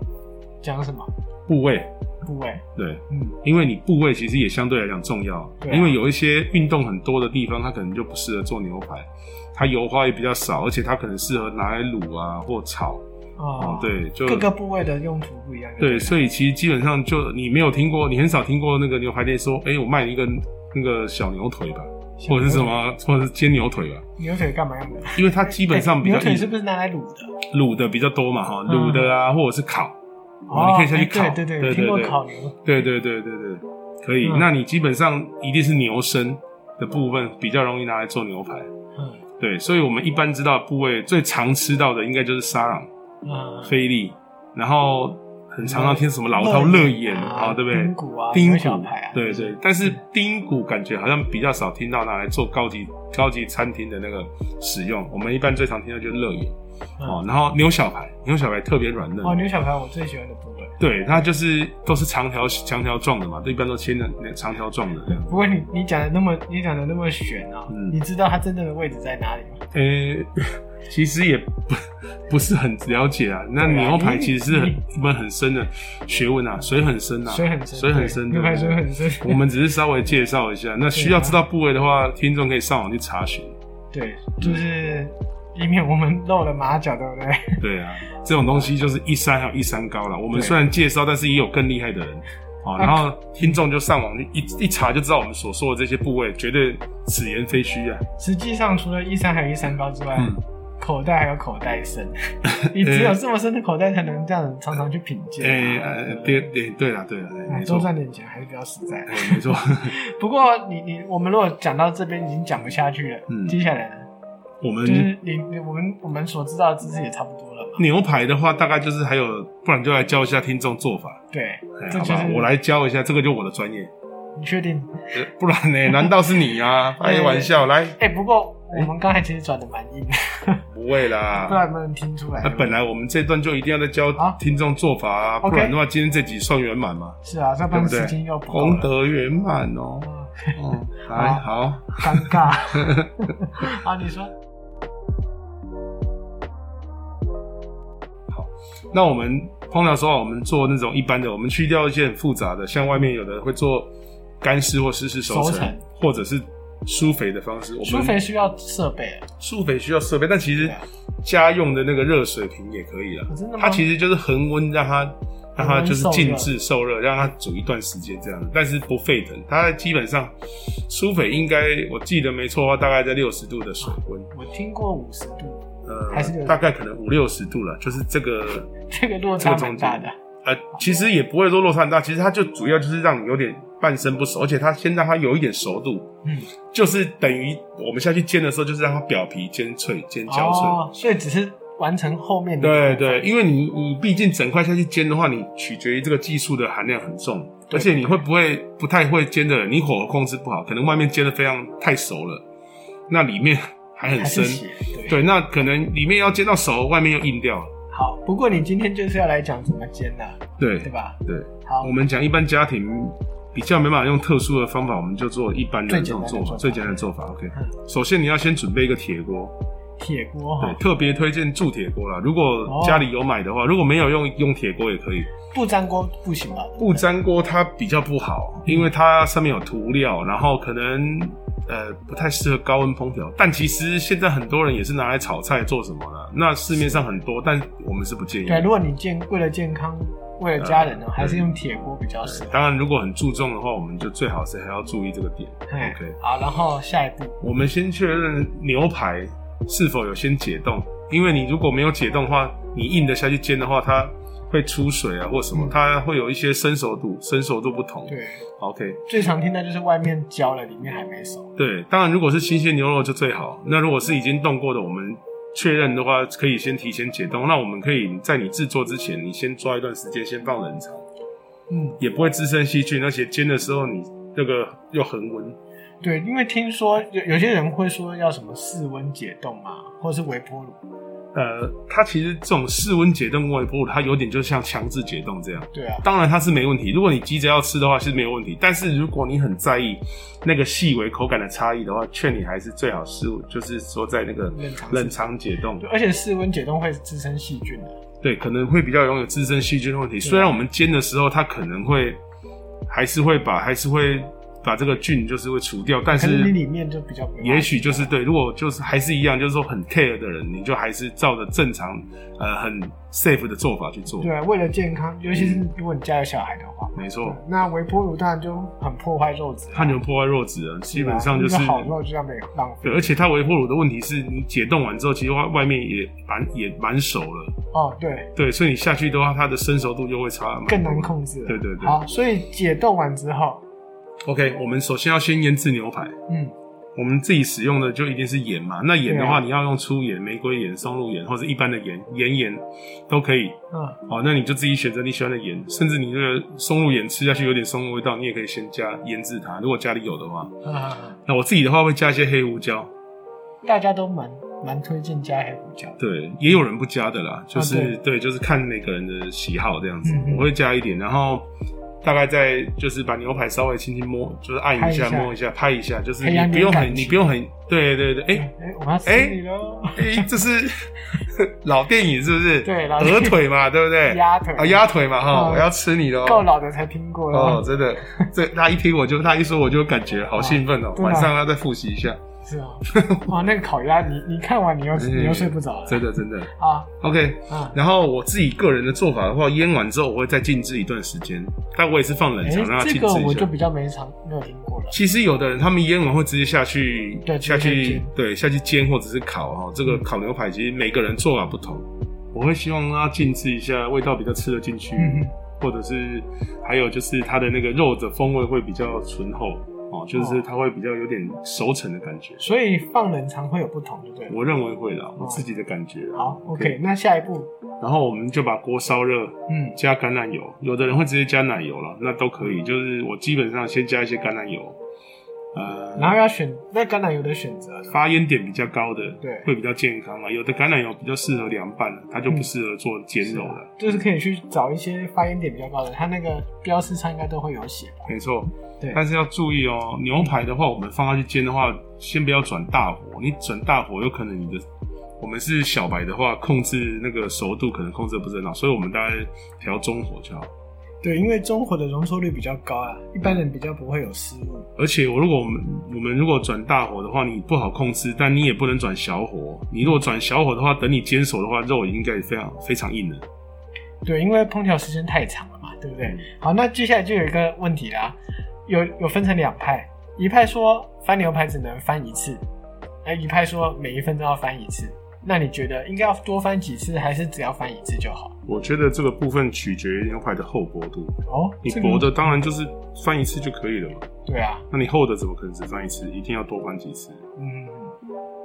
Speaker 1: 讲什么
Speaker 2: 部位
Speaker 1: 部位？
Speaker 2: 对，
Speaker 1: 嗯，
Speaker 2: 因为你部位其实也相对来讲重要，
Speaker 1: 对啊
Speaker 2: 因为有一些运动很多的地方，它可能就不适合做牛排，它油花也比较少，而且它可能适合拿来卤啊或炒。
Speaker 1: 哦
Speaker 2: 哦，，，对，就
Speaker 1: 各个部位的用途不一样。
Speaker 2: 对，
Speaker 1: 不
Speaker 2: 所以其实基本上就你没有听过，你很少听过那个牛排店说，哎、我卖你一个那个小牛腿吧，或者是什？么，或者是煎牛腿吧，
Speaker 1: 牛腿干嘛用的？
Speaker 2: 因为它基本上比较
Speaker 1: 哎牛腿
Speaker 2: 硬
Speaker 1: 是不是拿来卤的？
Speaker 2: 卤的比较多嘛，哈，
Speaker 1: 嗯
Speaker 2: 卤的啊，或者是烤，哦，你可以下去烤，
Speaker 1: 哎对对
Speaker 2: 对
Speaker 1: 对，听过
Speaker 2: 对
Speaker 1: 烤牛。
Speaker 2: 对对对对对，可以。
Speaker 1: 嗯
Speaker 2: 那你基本上一定是牛身的部分比较容易拿来做牛排，
Speaker 1: 嗯
Speaker 2: 对，所以我们一般知道的部位最常吃到的应该就是沙朗、
Speaker 1: 嗯，
Speaker 2: 菲力，然后很常常听什么老
Speaker 1: 乐眼
Speaker 2: 饕乐眼
Speaker 1: 啊
Speaker 2: 啊，对不对
Speaker 1: 丁？骨啊
Speaker 2: 丁
Speaker 1: 牛
Speaker 2: 骨
Speaker 1: 小排啊，
Speaker 2: 对对，但是丁骨感觉好像比较少听到拿来做高级高级餐厅的那个使用，我们一般最常听到就是乐眼。
Speaker 1: 嗯
Speaker 2: 哦，然后牛小排，牛小排特别软嫩，
Speaker 1: 哦，牛小排我最喜欢的部位。
Speaker 2: 对，它就是都是长条长条状的嘛，一般都切那长条状的这样。
Speaker 1: 不过你你讲的那么你讲的那么悬啊，
Speaker 2: 嗯
Speaker 1: 你知道它真正的位置在哪里吗？
Speaker 2: 呃、 其实也不不是很了解啊。那
Speaker 1: 对啊
Speaker 2: 牛排其实是很
Speaker 1: 你
Speaker 2: 一门很深的学问啊，水很深啊，
Speaker 1: 水很深，
Speaker 2: 水很
Speaker 1: 对
Speaker 2: 深
Speaker 1: 牛
Speaker 2: 的。
Speaker 1: 排水很啊深。
Speaker 2: 我们只是稍微介绍一下，那需要知道部位的话，听众可以上网去查询。
Speaker 1: 对，就是以免我们露了马脚，对不对？
Speaker 2: 对啊，这种东西就是一山还有一山高了。我们
Speaker 1: 对
Speaker 2: 虽然介绍，但是也有更厉害的人。啊，然后听众就上网一一查就知道我们所说的这些部位，绝对此言非虚啊。
Speaker 1: 实际上，除了一山还有一山高之外，
Speaker 2: 嗯
Speaker 1: 口袋还有口袋 深，你只有这么深的口袋，才能这样常常去品鉴
Speaker 2: 哎、
Speaker 1: 啊。
Speaker 2: 呃，
Speaker 1: 不
Speaker 2: 对对对啦，对啦，对
Speaker 1: 哎
Speaker 2: 没
Speaker 1: 多
Speaker 2: 错，
Speaker 1: 赚点钱还是比较实在。
Speaker 2: 哎，没错。
Speaker 1: 不过你你我们如果讲到这边已经讲不下去了，
Speaker 2: 嗯呃
Speaker 1: 接下来呢
Speaker 2: 我们
Speaker 1: 就是你你我们我们所知道的知识也差不多了嘛。
Speaker 2: 牛排的话，大概就是还有，不然就来教一下听众做法，
Speaker 1: 对，
Speaker 2: 哎
Speaker 1: 这
Speaker 2: 好
Speaker 1: 就
Speaker 2: 吧
Speaker 1: 是？
Speaker 2: 我，来教一下，这个就我的专业，
Speaker 1: 你确定？
Speaker 2: 呃不然呢？难道是你 啊？开玩笑，来，
Speaker 1: 哎、不过我们刚才其实转的蛮硬，
Speaker 2: 不会
Speaker 1: 不
Speaker 2: 啦。
Speaker 1: 然能不能听出来。
Speaker 2: 那啊本来我们这段就一定要再教
Speaker 1: 好
Speaker 2: 听众做法啊，不
Speaker 1: OK
Speaker 2: 然的话，今天这集算圆满嘛？
Speaker 1: 是啊，上班时间又不够
Speaker 2: 功
Speaker 1: 了，
Speaker 2: 德圆满哦。
Speaker 1: 嗯
Speaker 2: 哦，来好，
Speaker 1: 尴尬。啊，你说，
Speaker 2: 那我们通常说啊，我们做那种一般的，我们去掉一些很复杂的，像外面有的会做干湿或湿式熟
Speaker 1: 熟成
Speaker 2: 成，或者是疏肥的方式。我
Speaker 1: 疏
Speaker 2: 们
Speaker 1: 肥需要设备啊，
Speaker 2: 疏肥需要设备，但其实
Speaker 1: 对啊
Speaker 2: 家用的那个热水瓶也可以了
Speaker 1: 哦。真的吗？
Speaker 2: 它其实就是恒温，让它让它就是
Speaker 1: 恒温受热
Speaker 2: 静置受热，让它煮一段时间这样，但是不沸腾。它基本上疏肥应该我记得没错的话，大概在六十度的水温，
Speaker 1: 我听过五十度，还是
Speaker 2: 呃，
Speaker 1: 60
Speaker 2: 大概可能五六十度了，就是这个
Speaker 1: 这个落差蛮大的。
Speaker 2: 呃，其实也不会说落差很大，其实它就主要就是让你有点半生不熟，而且它先让它有一点熟度，
Speaker 1: 嗯，
Speaker 2: 就是等于我们下去煎的时候，就是让它表皮煎脆、煎焦脆。
Speaker 1: 哦，所以只是完成后面的。
Speaker 2: 对对，，因为你你毕竟整块下去煎的话，你取决于这个技术的含量很重，
Speaker 1: 对
Speaker 2: 而且你会不会不太会煎的人，你火候控制不好，可能外面煎的非常太熟了，那里面 还很
Speaker 1: 还
Speaker 2: 生
Speaker 1: 是。写对。
Speaker 2: 对，那可能里面要煎到熟，外面又硬掉了。
Speaker 1: 好，不过你今天就是要来讲怎么煎的、
Speaker 2: 对
Speaker 1: 对吧？
Speaker 2: 对，
Speaker 1: 好，
Speaker 2: 我们讲一般家庭比较没办法用特殊的方法，我们就做一般的
Speaker 1: 最
Speaker 2: 这
Speaker 1: 简单
Speaker 2: 种
Speaker 1: 的
Speaker 2: 做法，
Speaker 1: 做法
Speaker 2: 最简单的做法。OK，
Speaker 1: 嗯哦
Speaker 2: 首先你要先准备一个铁锅，
Speaker 1: 铁锅
Speaker 2: 对
Speaker 1: 哈，，
Speaker 2: 特别推荐铸铁锅啦。如
Speaker 1: 哦
Speaker 2: 果家里有买
Speaker 1: 嗯
Speaker 2: 的话，如果没有用用铁锅也可以。
Speaker 1: 不粘锅不行吧？
Speaker 2: 不粘锅它比较不
Speaker 1: 嗯
Speaker 2: 好，因为它上面有涂料，然后可能呃不太适合高温烹调。但其实现在很多人也是拿来炒菜做什么呢？那市面上很多，但我们是不建议。
Speaker 1: 对，如果你健为了健康，为了家人呢，还是用铁锅比较适合。
Speaker 2: 当然，如果很注重的话，我们就最好是还要注意这个点。
Speaker 1: 嘿
Speaker 2: OK，
Speaker 1: 好，然后下一步
Speaker 2: 我们先确认牛排是否有先解冻，因为你如果没有解冻的话，你硬的下去煎的话，它会出水啊或什么
Speaker 1: 嗯，
Speaker 2: 它会有一些生熟度，生熟度不同。
Speaker 1: 对，
Speaker 2: ，OK，
Speaker 1: 最常听到就是外面焦了，里面还没熟。
Speaker 2: 对，当然如果是新鲜牛肉就最好。那如果是已经冻过的，我们确认的话，可以先提前解冻。那我们可以在你制作之前，你先抓一段时间，先放冷藏，
Speaker 1: 嗯，
Speaker 2: 也不会滋生细菌，而且煎的时候你这个又恒温。
Speaker 1: 对，因为听说有有些人会说要什么室温解冻嘛，或者是微波炉。
Speaker 2: 呃，它其实这种室温解冻微波炉，它有点就像强制解冻这样。
Speaker 1: 对啊，
Speaker 2: 当然它是没问题，如果你急着要吃的话是没有问题。但是如果你很在意那个细微口感的差异的话，劝你还是最好是就是说在那个
Speaker 1: 冷藏
Speaker 2: 冷藏解冻。
Speaker 1: 对而且室温解冻会滋生细菌啊的。
Speaker 2: 对，可能会比较容易有滋生细菌的问题。虽然我们煎的时候，它可能会还是会把还是会把这个菌就是会除掉，但
Speaker 1: 可能你里
Speaker 2: 是
Speaker 1: 面就比较不好
Speaker 2: 也许就是对，如果就是还是一样，就是说很 care 的人，你就还是照着正常呃很 safe 的做法去做。
Speaker 1: 对啊，为了健康，尤其是如果你家有小孩的话，
Speaker 2: 没错，
Speaker 1: 那微波炉当然就很破坏肉质啊、啊
Speaker 2: 它牛破坏肉质了，基本上就是
Speaker 1: 一个好肉就要被浪费
Speaker 2: 对，而且它微波炉的问题是你解冻完之后，其实外外面也蛮也蛮熟了，
Speaker 1: 哦，对，
Speaker 2: 对，所以你下去的话，它的生熟度就会差蛮多
Speaker 1: 更难控制了。
Speaker 2: 对对对
Speaker 1: 好，所以解冻完之后，
Speaker 2: OK，我们首先要先腌制牛排。
Speaker 1: 嗯，
Speaker 2: 我们自己使用的就一定是盐嘛。那盐的
Speaker 1: 对
Speaker 2: 话，
Speaker 1: 啊
Speaker 2: 你要用粗盐、玫瑰盐、松露盐或者一般的盐，盐盐都可以。
Speaker 1: 嗯，
Speaker 2: 好，那你就自己选择你喜欢的盐，甚至你这个松露盐吃下去有点松露味道，你也可以先加腌制它。如果家里有的话，
Speaker 1: 啊，
Speaker 2: 那我自己的话会加一些黑胡椒，
Speaker 1: 大家都蛮蛮推荐加黑胡椒的。
Speaker 2: 对，也有人不加的啦，就是、
Speaker 1: 啊对
Speaker 2: 对，就是看每个人的喜好这样子。
Speaker 1: 嗯嗯
Speaker 2: 我会加一点，然后大概在就是把牛排稍微轻轻摸，就是按一下、
Speaker 1: 拍一下
Speaker 2: 摸一下、拍一下，就是
Speaker 1: 培养
Speaker 2: 你不用
Speaker 1: 点
Speaker 2: 很，
Speaker 1: 感
Speaker 2: 你
Speaker 1: 情
Speaker 2: 不用很，对对对，哎、
Speaker 1: 哎，我们要吃你喽！
Speaker 2: 诶、这是 老电影是不是？
Speaker 1: 对老电影
Speaker 2: 鹅腿嘛，对不对？
Speaker 1: 鸭腿
Speaker 2: 啊，鸭腿嘛哈，
Speaker 1: 嗯
Speaker 2: 我要吃你喽！
Speaker 1: 够老的才听过
Speaker 2: 哦
Speaker 1: 了，，
Speaker 2: 真的，这他一听我就他一说我就感觉好兴奋哦，
Speaker 1: 对啊
Speaker 2: 晚上要再复习一下，
Speaker 1: 是啊， 哇，那个烤鸭，你你看完你又你又睡不着了，
Speaker 2: 真的真的。
Speaker 1: 啊
Speaker 2: OK，
Speaker 1: 啊，
Speaker 2: 然后我自己个人的做法的话，腌完之后我会再静置一段时间，但我也是放冷
Speaker 1: 哎
Speaker 2: 藏让它，静
Speaker 1: 这
Speaker 2: 置
Speaker 1: 个
Speaker 2: 一
Speaker 1: 我
Speaker 2: 下
Speaker 1: 就。比较没常没有听过了，
Speaker 2: 其实有的人他们腌完会直接下去，
Speaker 1: 对嗯
Speaker 2: 下
Speaker 1: 直接
Speaker 2: 去
Speaker 1: 煎
Speaker 2: 对下去煎或者是烤哈。这个烤牛排其实每个人做法不同，我会希望让它静置一下，味道比较吃得进去，
Speaker 1: 嗯嗯
Speaker 2: 或者是还有就是它的那个肉的风味会比较醇厚哦，就是它会比较有点熟成的感觉。
Speaker 1: 所以放冷藏会有不同，对不对了？
Speaker 2: 我认为会啦，
Speaker 1: 哦
Speaker 2: 我自己的感觉啦。
Speaker 1: 好，OK，那下一步，
Speaker 2: 然后我们就把锅烧热，
Speaker 1: 嗯，
Speaker 2: 加橄榄油，有的人会直接加奶油了，那都可以。就是我基本上先加一些橄榄油，呃，
Speaker 1: 然后要选那橄榄油的选择呢，
Speaker 2: 发烟点比较高的，
Speaker 1: 对嗯
Speaker 2: 会比较健康啊。有的橄榄油比较适合凉拌了，它就不适合做煎肉了。
Speaker 1: 就是可以去找一些发烟点比较高的，它那个标识上应该都会有写吧？
Speaker 2: 没错，
Speaker 1: 对
Speaker 2: 但是要注意哦，牛排的话，我们放下去煎的话，先不要转大火，你转大火有可能你的。我们是小白的话，控制那个熟度可能控制得不是很好，所以我们大概调中火就好。
Speaker 1: 对，因为中火的容错率比较高啊，一般人比较不会有失误。
Speaker 2: 而且我如果我们我们如果转大火的话，你不好控制，但你也不能转小火。你如果转小火的话，等你煎熟的话，肉已经该非常非常硬了。
Speaker 1: 对，因为烹调时间太长了嘛，对不对？好，那接下来就有一个问题啦，有有分成两派，一派说翻牛排只能翻一次，而一派说每一分钟要翻一次。那你觉得应该要多翻几次，还是只要翻一次就好？
Speaker 2: 我觉得这个部分取决于牛排的厚薄度，
Speaker 1: 哦，
Speaker 2: 你
Speaker 1: 这个
Speaker 2: 薄的当然就是翻一次就可以了嘛。
Speaker 1: 对啊，
Speaker 2: 那你厚的怎么可能只翻一次？一定要多翻几次。
Speaker 1: 嗯，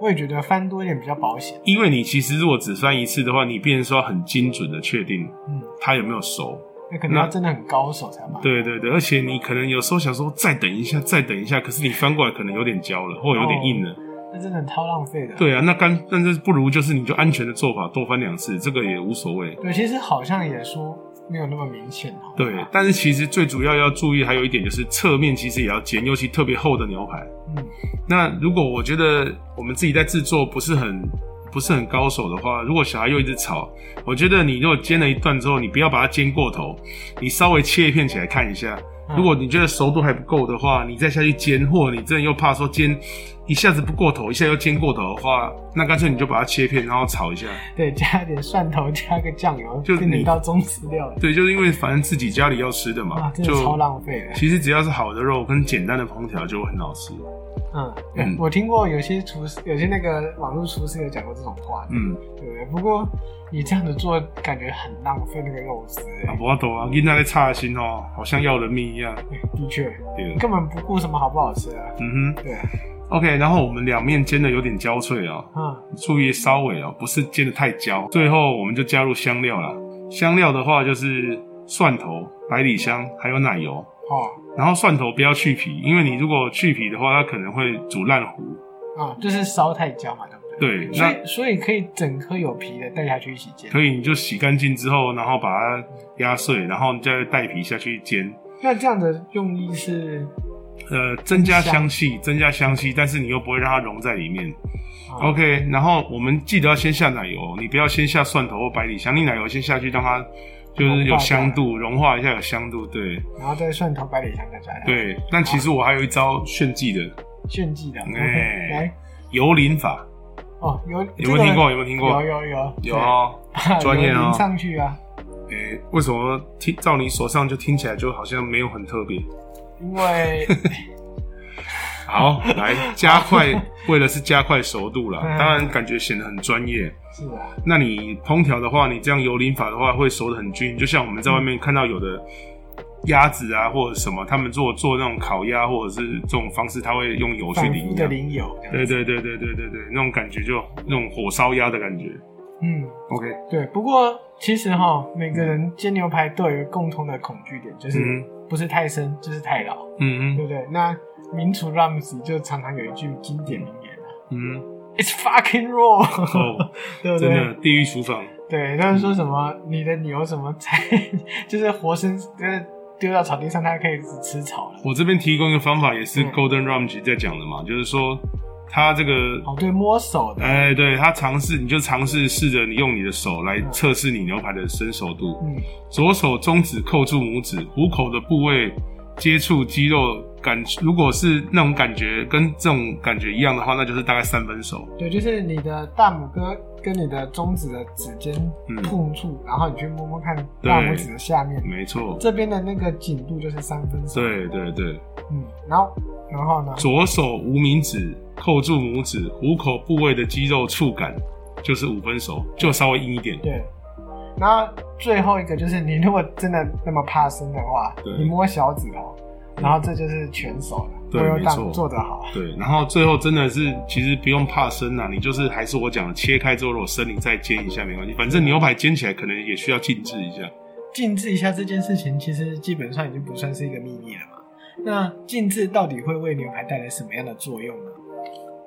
Speaker 1: 我也觉得翻多一点比较保险。
Speaker 2: 因为你其实如果只翻一次的话，你变成说要很精准的确定
Speaker 1: 嗯，
Speaker 2: 它有没有熟。
Speaker 1: 那可能要真的很高手才把。
Speaker 2: 对对对，而且你可能有时候想说再等一下，再等一下，可是你翻过来可能有点焦了，或有点硬了。
Speaker 1: 那真的很超浪费的。
Speaker 2: 对啊，那干，但是不如就是你就安全的做法，多翻两次，这个也无所谓。
Speaker 1: 对，其实好像也说没有那么明显哦。
Speaker 2: 对，但是其实最主要要注意还有一点就是侧面其实也要煎，尤其特别厚的牛排。
Speaker 1: 嗯，
Speaker 2: 那如果我觉得我们自己在制作不是很不是很高手的话，如果小孩又一直吵，我觉得你如果煎了一段之后，你不要把它煎过头，你稍微切一片起来看一下。
Speaker 1: 嗯
Speaker 2: 如果你觉得熟度还不够的话，你再下去煎，或者你真的又怕说煎一下子不过头，一下又煎过头的话，那干脆你就把它切片，然后炒一下。
Speaker 1: 对，加一点蒜头，加个酱油，
Speaker 2: 就
Speaker 1: 变成一
Speaker 2: 你
Speaker 1: 道中式料理。
Speaker 2: 对，就是因为反正自己家里要吃的嘛，
Speaker 1: 哇，真的
Speaker 2: 就
Speaker 1: 超浪费的。
Speaker 2: 其实只要是好的肉跟简单的烹调就会很好吃。
Speaker 1: 嗯，
Speaker 2: 嗯
Speaker 1: 我听过有些厨师，有些那个网络厨师有讲过这种话，
Speaker 2: 嗯，
Speaker 1: 对不对？不过你这样子做，感觉很浪费那个肉丝、
Speaker 2: 啊，不要多啊，囡仔在差心哦，好像要人命一样。
Speaker 1: 的确，
Speaker 2: 对，
Speaker 1: 根本不顾什么好不好吃啊。
Speaker 2: 嗯哼
Speaker 1: 对，
Speaker 2: ，OK，然后我们两面煎的有点焦脆啊、
Speaker 1: 嗯，
Speaker 2: 注意稍微哦，不是煎的太焦。最后我们就加入香料啦，香料的话就是蒜头、百里香还有奶油。
Speaker 1: 哦，
Speaker 2: 然后蒜头不要去皮，因为你如果去皮的话，它可能会煮烂糊。
Speaker 1: 啊、就是烧太焦嘛，对不对？
Speaker 2: 对，
Speaker 1: 所
Speaker 2: 那
Speaker 1: 以所以可以整颗有皮的带下去一起煎。
Speaker 2: 可以你就洗干净之后，然后把它压碎，然后你再带皮下去煎。
Speaker 1: 那这样的用意是、
Speaker 2: 呃，增加
Speaker 1: 香
Speaker 2: 香气，增加香气，但是你又不会让它融在里面。
Speaker 1: 啊
Speaker 2: OK，然后我们记得要先下奶油，你不要先下蒜头或百里香，你奶油先下去，让它就是有香度，融化一下有香度。对
Speaker 1: 然后再蒜头、百里香再加上，，
Speaker 2: 对，但其实我还有一招炫技的
Speaker 1: 炫技的。
Speaker 2: 哎
Speaker 1: 来，
Speaker 2: 油淋法，
Speaker 1: 哦，有
Speaker 2: 有没有听过？？有没有
Speaker 1: 这
Speaker 2: 听
Speaker 1: 个有
Speaker 2: 过？
Speaker 1: 有有
Speaker 2: 有哦。
Speaker 1: 对
Speaker 2: 专业哦
Speaker 1: 有淋上去啊，
Speaker 2: 诶，为什么听照你手上就听起来就好像没有很特别？
Speaker 1: 因 为
Speaker 2: 好，来加快，为了是加快熟度啦，
Speaker 1: 嗯
Speaker 2: 当然感觉显得很专业。
Speaker 1: 是啊，
Speaker 2: 那你烹调的话，你这样油淋法的话，会熟的很均匀。就像我们在外面看到有的鸭子啊，或者什么，他们做做那种烤鸭或者是这种方式，他会用油去
Speaker 1: 反
Speaker 2: 淋
Speaker 1: 复
Speaker 2: 一
Speaker 1: 的
Speaker 2: 样。
Speaker 1: 淋油，这样
Speaker 2: 对对对对对对对，那种感觉就那种火烧鸭的感觉。
Speaker 1: 嗯，
Speaker 2: OK，
Speaker 1: 对。不过其实哈，每个人煎牛排都有一个共通的恐惧点，就是
Speaker 2: 嗯
Speaker 1: 不是太生就是太老，对
Speaker 2: 嗯嗯
Speaker 1: 不对？那名厨 Ramsey 就常常有一句经典名言啊
Speaker 2: 嗯，
Speaker 1: ：“It's fucking raw”，
Speaker 2: 哦，
Speaker 1: 对不
Speaker 2: 真的
Speaker 1: 对？
Speaker 2: 地狱厨房，
Speaker 1: 对，他们说什么你的牛什么才 就是活生，就是丢到草地上，它可以只吃草了。
Speaker 2: 我这边提供一个方法，也是
Speaker 1: 嗯
Speaker 2: Golden Ramsy 在讲的嘛，就是说他这个
Speaker 1: 哦，对，摸手的，
Speaker 2: 哎，对他尝试，你就尝试试着你用你的手来
Speaker 1: 嗯
Speaker 2: 测试你牛排的生熟度。
Speaker 1: 嗯，
Speaker 2: 左手中指扣住拇指，虎口的部位接触肌肉感，如果是那种感觉跟这种感觉一样的话，那就是大概三分熟。
Speaker 1: 对，就是你的大拇哥跟你的中指的指尖
Speaker 2: 嗯
Speaker 1: 碰触，然后你去摸摸看大拇指的下面，
Speaker 2: 没错，
Speaker 1: 这边的那个紧度就是三分熟。
Speaker 2: 对对对，
Speaker 1: 嗯，然后然后呢？
Speaker 2: 左手无名指扣住拇指，虎口部位的肌肉触感就是五分熟，就稍微硬一点。
Speaker 1: 对，然后最后一个就是你如果真的那么怕生的话
Speaker 2: 对，
Speaker 1: 你摸小指头，然后这就是全手了。
Speaker 2: 对
Speaker 1: 我有
Speaker 2: 没错
Speaker 1: 档做得好，
Speaker 2: 对，然后最后真的是，其实不用怕生啦，你就是还是我讲的，切开之后如果生，你再煎一下没关系，反正牛排煎起来可能也需要静置一下。
Speaker 1: 静置一下这件事情，其实基本上已经不算是一个秘密了嘛。那静置到底会为牛排带来什么样的作用呢？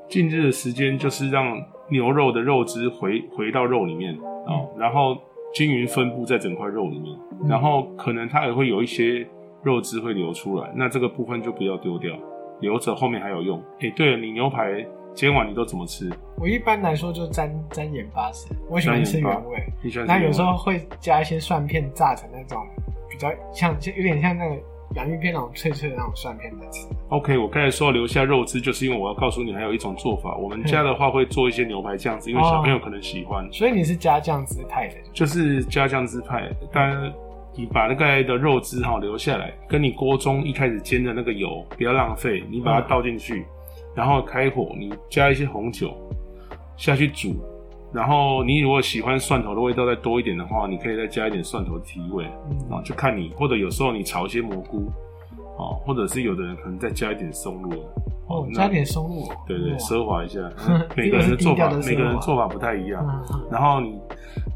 Speaker 2: 静置的时间就是让牛肉的肉汁回回到肉里面哦，然后均匀分布在整块肉里面，
Speaker 1: 嗯
Speaker 2: 然后可能它也会有一些肉汁会流出来，那这个部分就不要丢掉，留着后面还有用。诶，对了，你牛排煎完你都怎么吃？
Speaker 1: 我一般来说就沾沾盐巴吃，我喜欢吃
Speaker 2: 沾盐巴
Speaker 1: 原味，
Speaker 2: 你喜欢吃
Speaker 1: 那
Speaker 2: 牛
Speaker 1: 有
Speaker 2: 排
Speaker 1: 时候会加一些蒜片炸成那种比较像，就有点像那个洋芋片那种脆脆的那种蒜片在吃。
Speaker 3: OK，我刚才说留下肉汁，就是因为我要告诉你还有一种做法。我们家的话会做一些牛排酱汁，因为小朋友可能喜欢，
Speaker 1: 所以你是加酱汁派的，
Speaker 3: 就是加酱汁派。但你把那个的肉汁哈、留下来，跟你锅中一开始煎的那个油不要浪费，你把它倒进去，然后开火，你加一些红酒下去煮。然后你如果喜欢蒜头的味道再多一点的话，你可以再加一点蒜头提味。啊，
Speaker 1: 嗯，
Speaker 3: 就看你，或者有时候你炒一些蘑菇，哦，或者是有的人可能再加一点松露，
Speaker 1: 哦，
Speaker 3: 那
Speaker 1: 加点松露哦，
Speaker 3: 对对，
Speaker 1: 哇，
Speaker 3: 奢华一下 每个人的做法
Speaker 1: 这个是低
Speaker 3: 每个
Speaker 1: 调的奢华
Speaker 3: 人做法不太一样。
Speaker 1: 嗯
Speaker 3: 然后你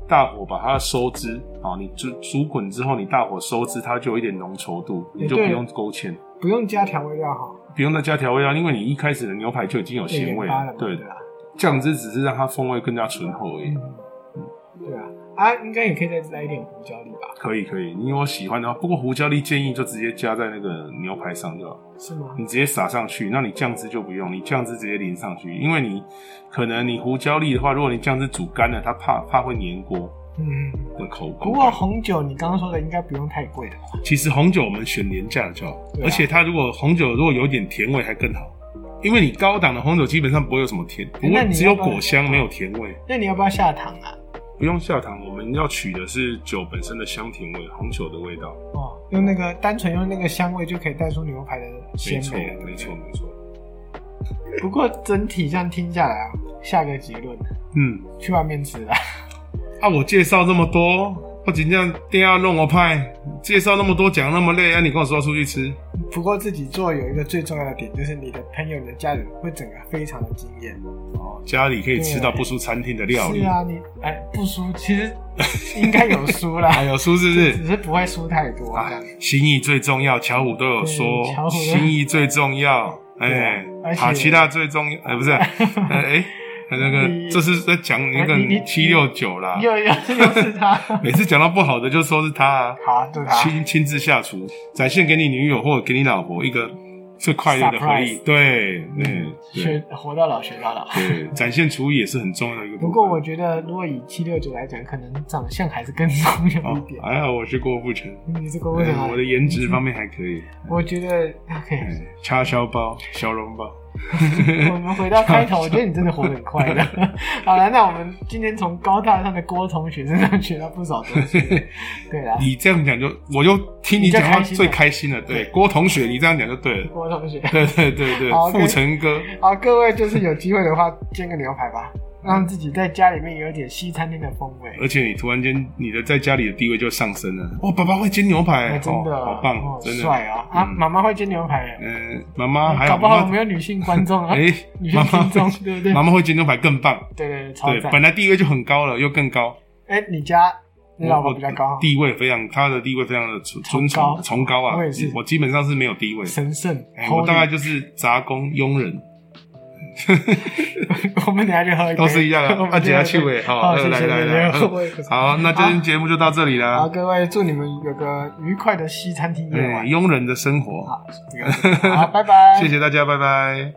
Speaker 3: 大火把它收汁，啊，你煮煮滚之后，你大火收汁，它就有一点浓稠度，你就不
Speaker 1: 对
Speaker 3: 用勾芡，
Speaker 1: 不用加调味料哈，
Speaker 3: 不用再加调味啊料，因为你一开始的牛排就已经有
Speaker 1: 就
Speaker 3: 哦咸
Speaker 1: 盐
Speaker 3: 味
Speaker 1: 巴了嘛，
Speaker 3: 对
Speaker 1: 对，吧？
Speaker 3: 酱汁只是让它风味更加醇厚而已。
Speaker 1: 嗯，对啊，啊，应该也可以再来一点胡椒粒吧？
Speaker 3: 可以可以，你如果喜欢的话，不过胡椒粒建议就直接加在那个牛排上就好。
Speaker 1: 是吗？
Speaker 3: 你直接撒上去，那你酱汁就不用，你酱汁直接淋上去，因为你可能你胡椒粒的话，如果你酱汁煮干了，它怕怕会粘锅
Speaker 1: 嗯，
Speaker 3: 的口感。
Speaker 1: 不过红酒你刚刚说的应该不用太贵了吧？
Speaker 3: 其实红酒我们选廉价的就好，
Speaker 1: 对啊
Speaker 3: 而且它如果红酒如果有点甜味还更好，因为你高档的红酒基本上不会有什么甜，不
Speaker 1: 那
Speaker 3: 会
Speaker 1: 你
Speaker 3: 只
Speaker 1: 要
Speaker 3: 有
Speaker 1: 不要
Speaker 3: 果香没有甜味。
Speaker 1: 那你要不要下糖啊？
Speaker 3: 不用下糖，我们要取的是酒本身的香甜味，红酒的味道。
Speaker 1: 哦，用那个单纯用那个香味就可以带出牛排的
Speaker 3: 没
Speaker 1: 鲜
Speaker 3: 错，
Speaker 1: 美了。
Speaker 3: 没错，没错。
Speaker 1: 不过整体这样听下来啊，下个结论，
Speaker 3: 嗯，
Speaker 1: 去外面吃啊。
Speaker 2: 啊，我介绍这么多，我尽量定要弄我派，介绍那么多讲那么累，啊，你跟我说出去吃，
Speaker 1: 不过自己做有一个最重要的点，就是你的朋友、你的家人会整个非常的惊艳。
Speaker 3: 哦，家里可以吃到不输餐厅的料理。
Speaker 1: 是啊，你哎不输，其实应该有输啦，
Speaker 3: 哎
Speaker 2: 还有书是不
Speaker 1: 只
Speaker 2: 是？
Speaker 1: 是不会输太多
Speaker 2: 啊
Speaker 1: 这样。，
Speaker 2: 心意最重要，巧虎都有说
Speaker 1: 对巧，虎都
Speaker 2: 心意最重要，哎
Speaker 1: 对啊而，且
Speaker 2: 塔奇拉最重要， 哎，不是，哎，那
Speaker 1: 你
Speaker 2: 个这是在讲那
Speaker 1: 哎你
Speaker 2: 个
Speaker 1: 你
Speaker 2: 七六九啦，
Speaker 1: 又又又是他，
Speaker 2: 每次讲到不好的就说是他啊，
Speaker 1: 好，对他。
Speaker 2: 亲亲自下厨，展现给你女友或者给你老婆一个最快乐的回忆。
Speaker 1: Surprise 嗯
Speaker 2: 对，对，
Speaker 1: 学活到老学到老。
Speaker 2: 对，展现厨艺也是很重要的一个部分。
Speaker 1: 不过我觉得，如果以七六九来讲，可能长相还是更重要一
Speaker 2: 哦
Speaker 1: 点，。
Speaker 2: 还好我是郭富城，
Speaker 1: 你这个为什
Speaker 2: 对
Speaker 1: 么？
Speaker 2: 哎我的颜值方面还可以。
Speaker 1: 我觉得 OK。
Speaker 2: 嗯叉烧包、小笼包，
Speaker 1: 我们回到开头，我觉得你真的活得很快 乐。好了，那我们今天从高大上的郭同学身上学到不少东 西。对啦，
Speaker 2: 你这样讲就我就听你讲话
Speaker 1: 你就开心了
Speaker 2: 最开心了。对，郭同学，你这样讲就对了。
Speaker 1: 郭同学，
Speaker 2: 对对对对
Speaker 1: 好，，OK
Speaker 2: 富城哥，
Speaker 1: 好，各位就是有机会的话，煎个牛排吧，让自己在家里面有一点西餐厅的风味。
Speaker 2: 而且你突然间你的在家里的地位就上升了。哦，爸爸会煎牛排，
Speaker 1: 哎，真的，
Speaker 2: 哦好
Speaker 1: 哦
Speaker 2: 棒，真的。
Speaker 1: 帅哦啊！啊，
Speaker 2: 嗯
Speaker 1: 妈妈会煎牛排耶，哎
Speaker 2: 嗯，妈妈还有
Speaker 1: 搞不好
Speaker 2: 妈
Speaker 1: 我
Speaker 2: 妈
Speaker 1: 们有女性观众啊，
Speaker 2: 哎、
Speaker 1: 女性
Speaker 2: 妈
Speaker 1: 听
Speaker 2: 妈
Speaker 1: 众，对不对？
Speaker 2: 妈妈会煎牛排更棒，
Speaker 1: 对对对，超
Speaker 2: 对，本
Speaker 1: 赞。
Speaker 2: 来地位就很高了，又更高。
Speaker 1: 哎，你家你老婆
Speaker 2: 我
Speaker 1: 比较高，
Speaker 2: 地位非常，她的地位非常的尊
Speaker 1: 崇
Speaker 2: 尊
Speaker 1: 高
Speaker 2: 崇崇高啊！
Speaker 1: 我也是
Speaker 2: 我基本上是没有地位，
Speaker 1: 神圣
Speaker 2: 哎，
Speaker 1: holy。
Speaker 2: 我大概就是杂工、佣人，
Speaker 1: 我们等一下去喝一杯，
Speaker 2: 都是一样 啊
Speaker 1: 我
Speaker 2: 的。
Speaker 1: 们
Speaker 2: 阿杰
Speaker 1: 等一下
Speaker 2: 阿
Speaker 1: 去
Speaker 2: 趣伟，好，
Speaker 1: 谢
Speaker 2: 来
Speaker 1: 谢
Speaker 2: 来
Speaker 1: 谢谢
Speaker 2: 来，
Speaker 1: 我也不知道
Speaker 2: 好，那今天节目就到这里
Speaker 1: 好，啊
Speaker 2: 啦。
Speaker 1: 各位，祝你们有个愉快的西餐厅夜
Speaker 2: 哎，
Speaker 1: 晚。
Speaker 2: 佣人的生活，
Speaker 1: 好，拜拜，
Speaker 2: 谢谢大家，拜拜。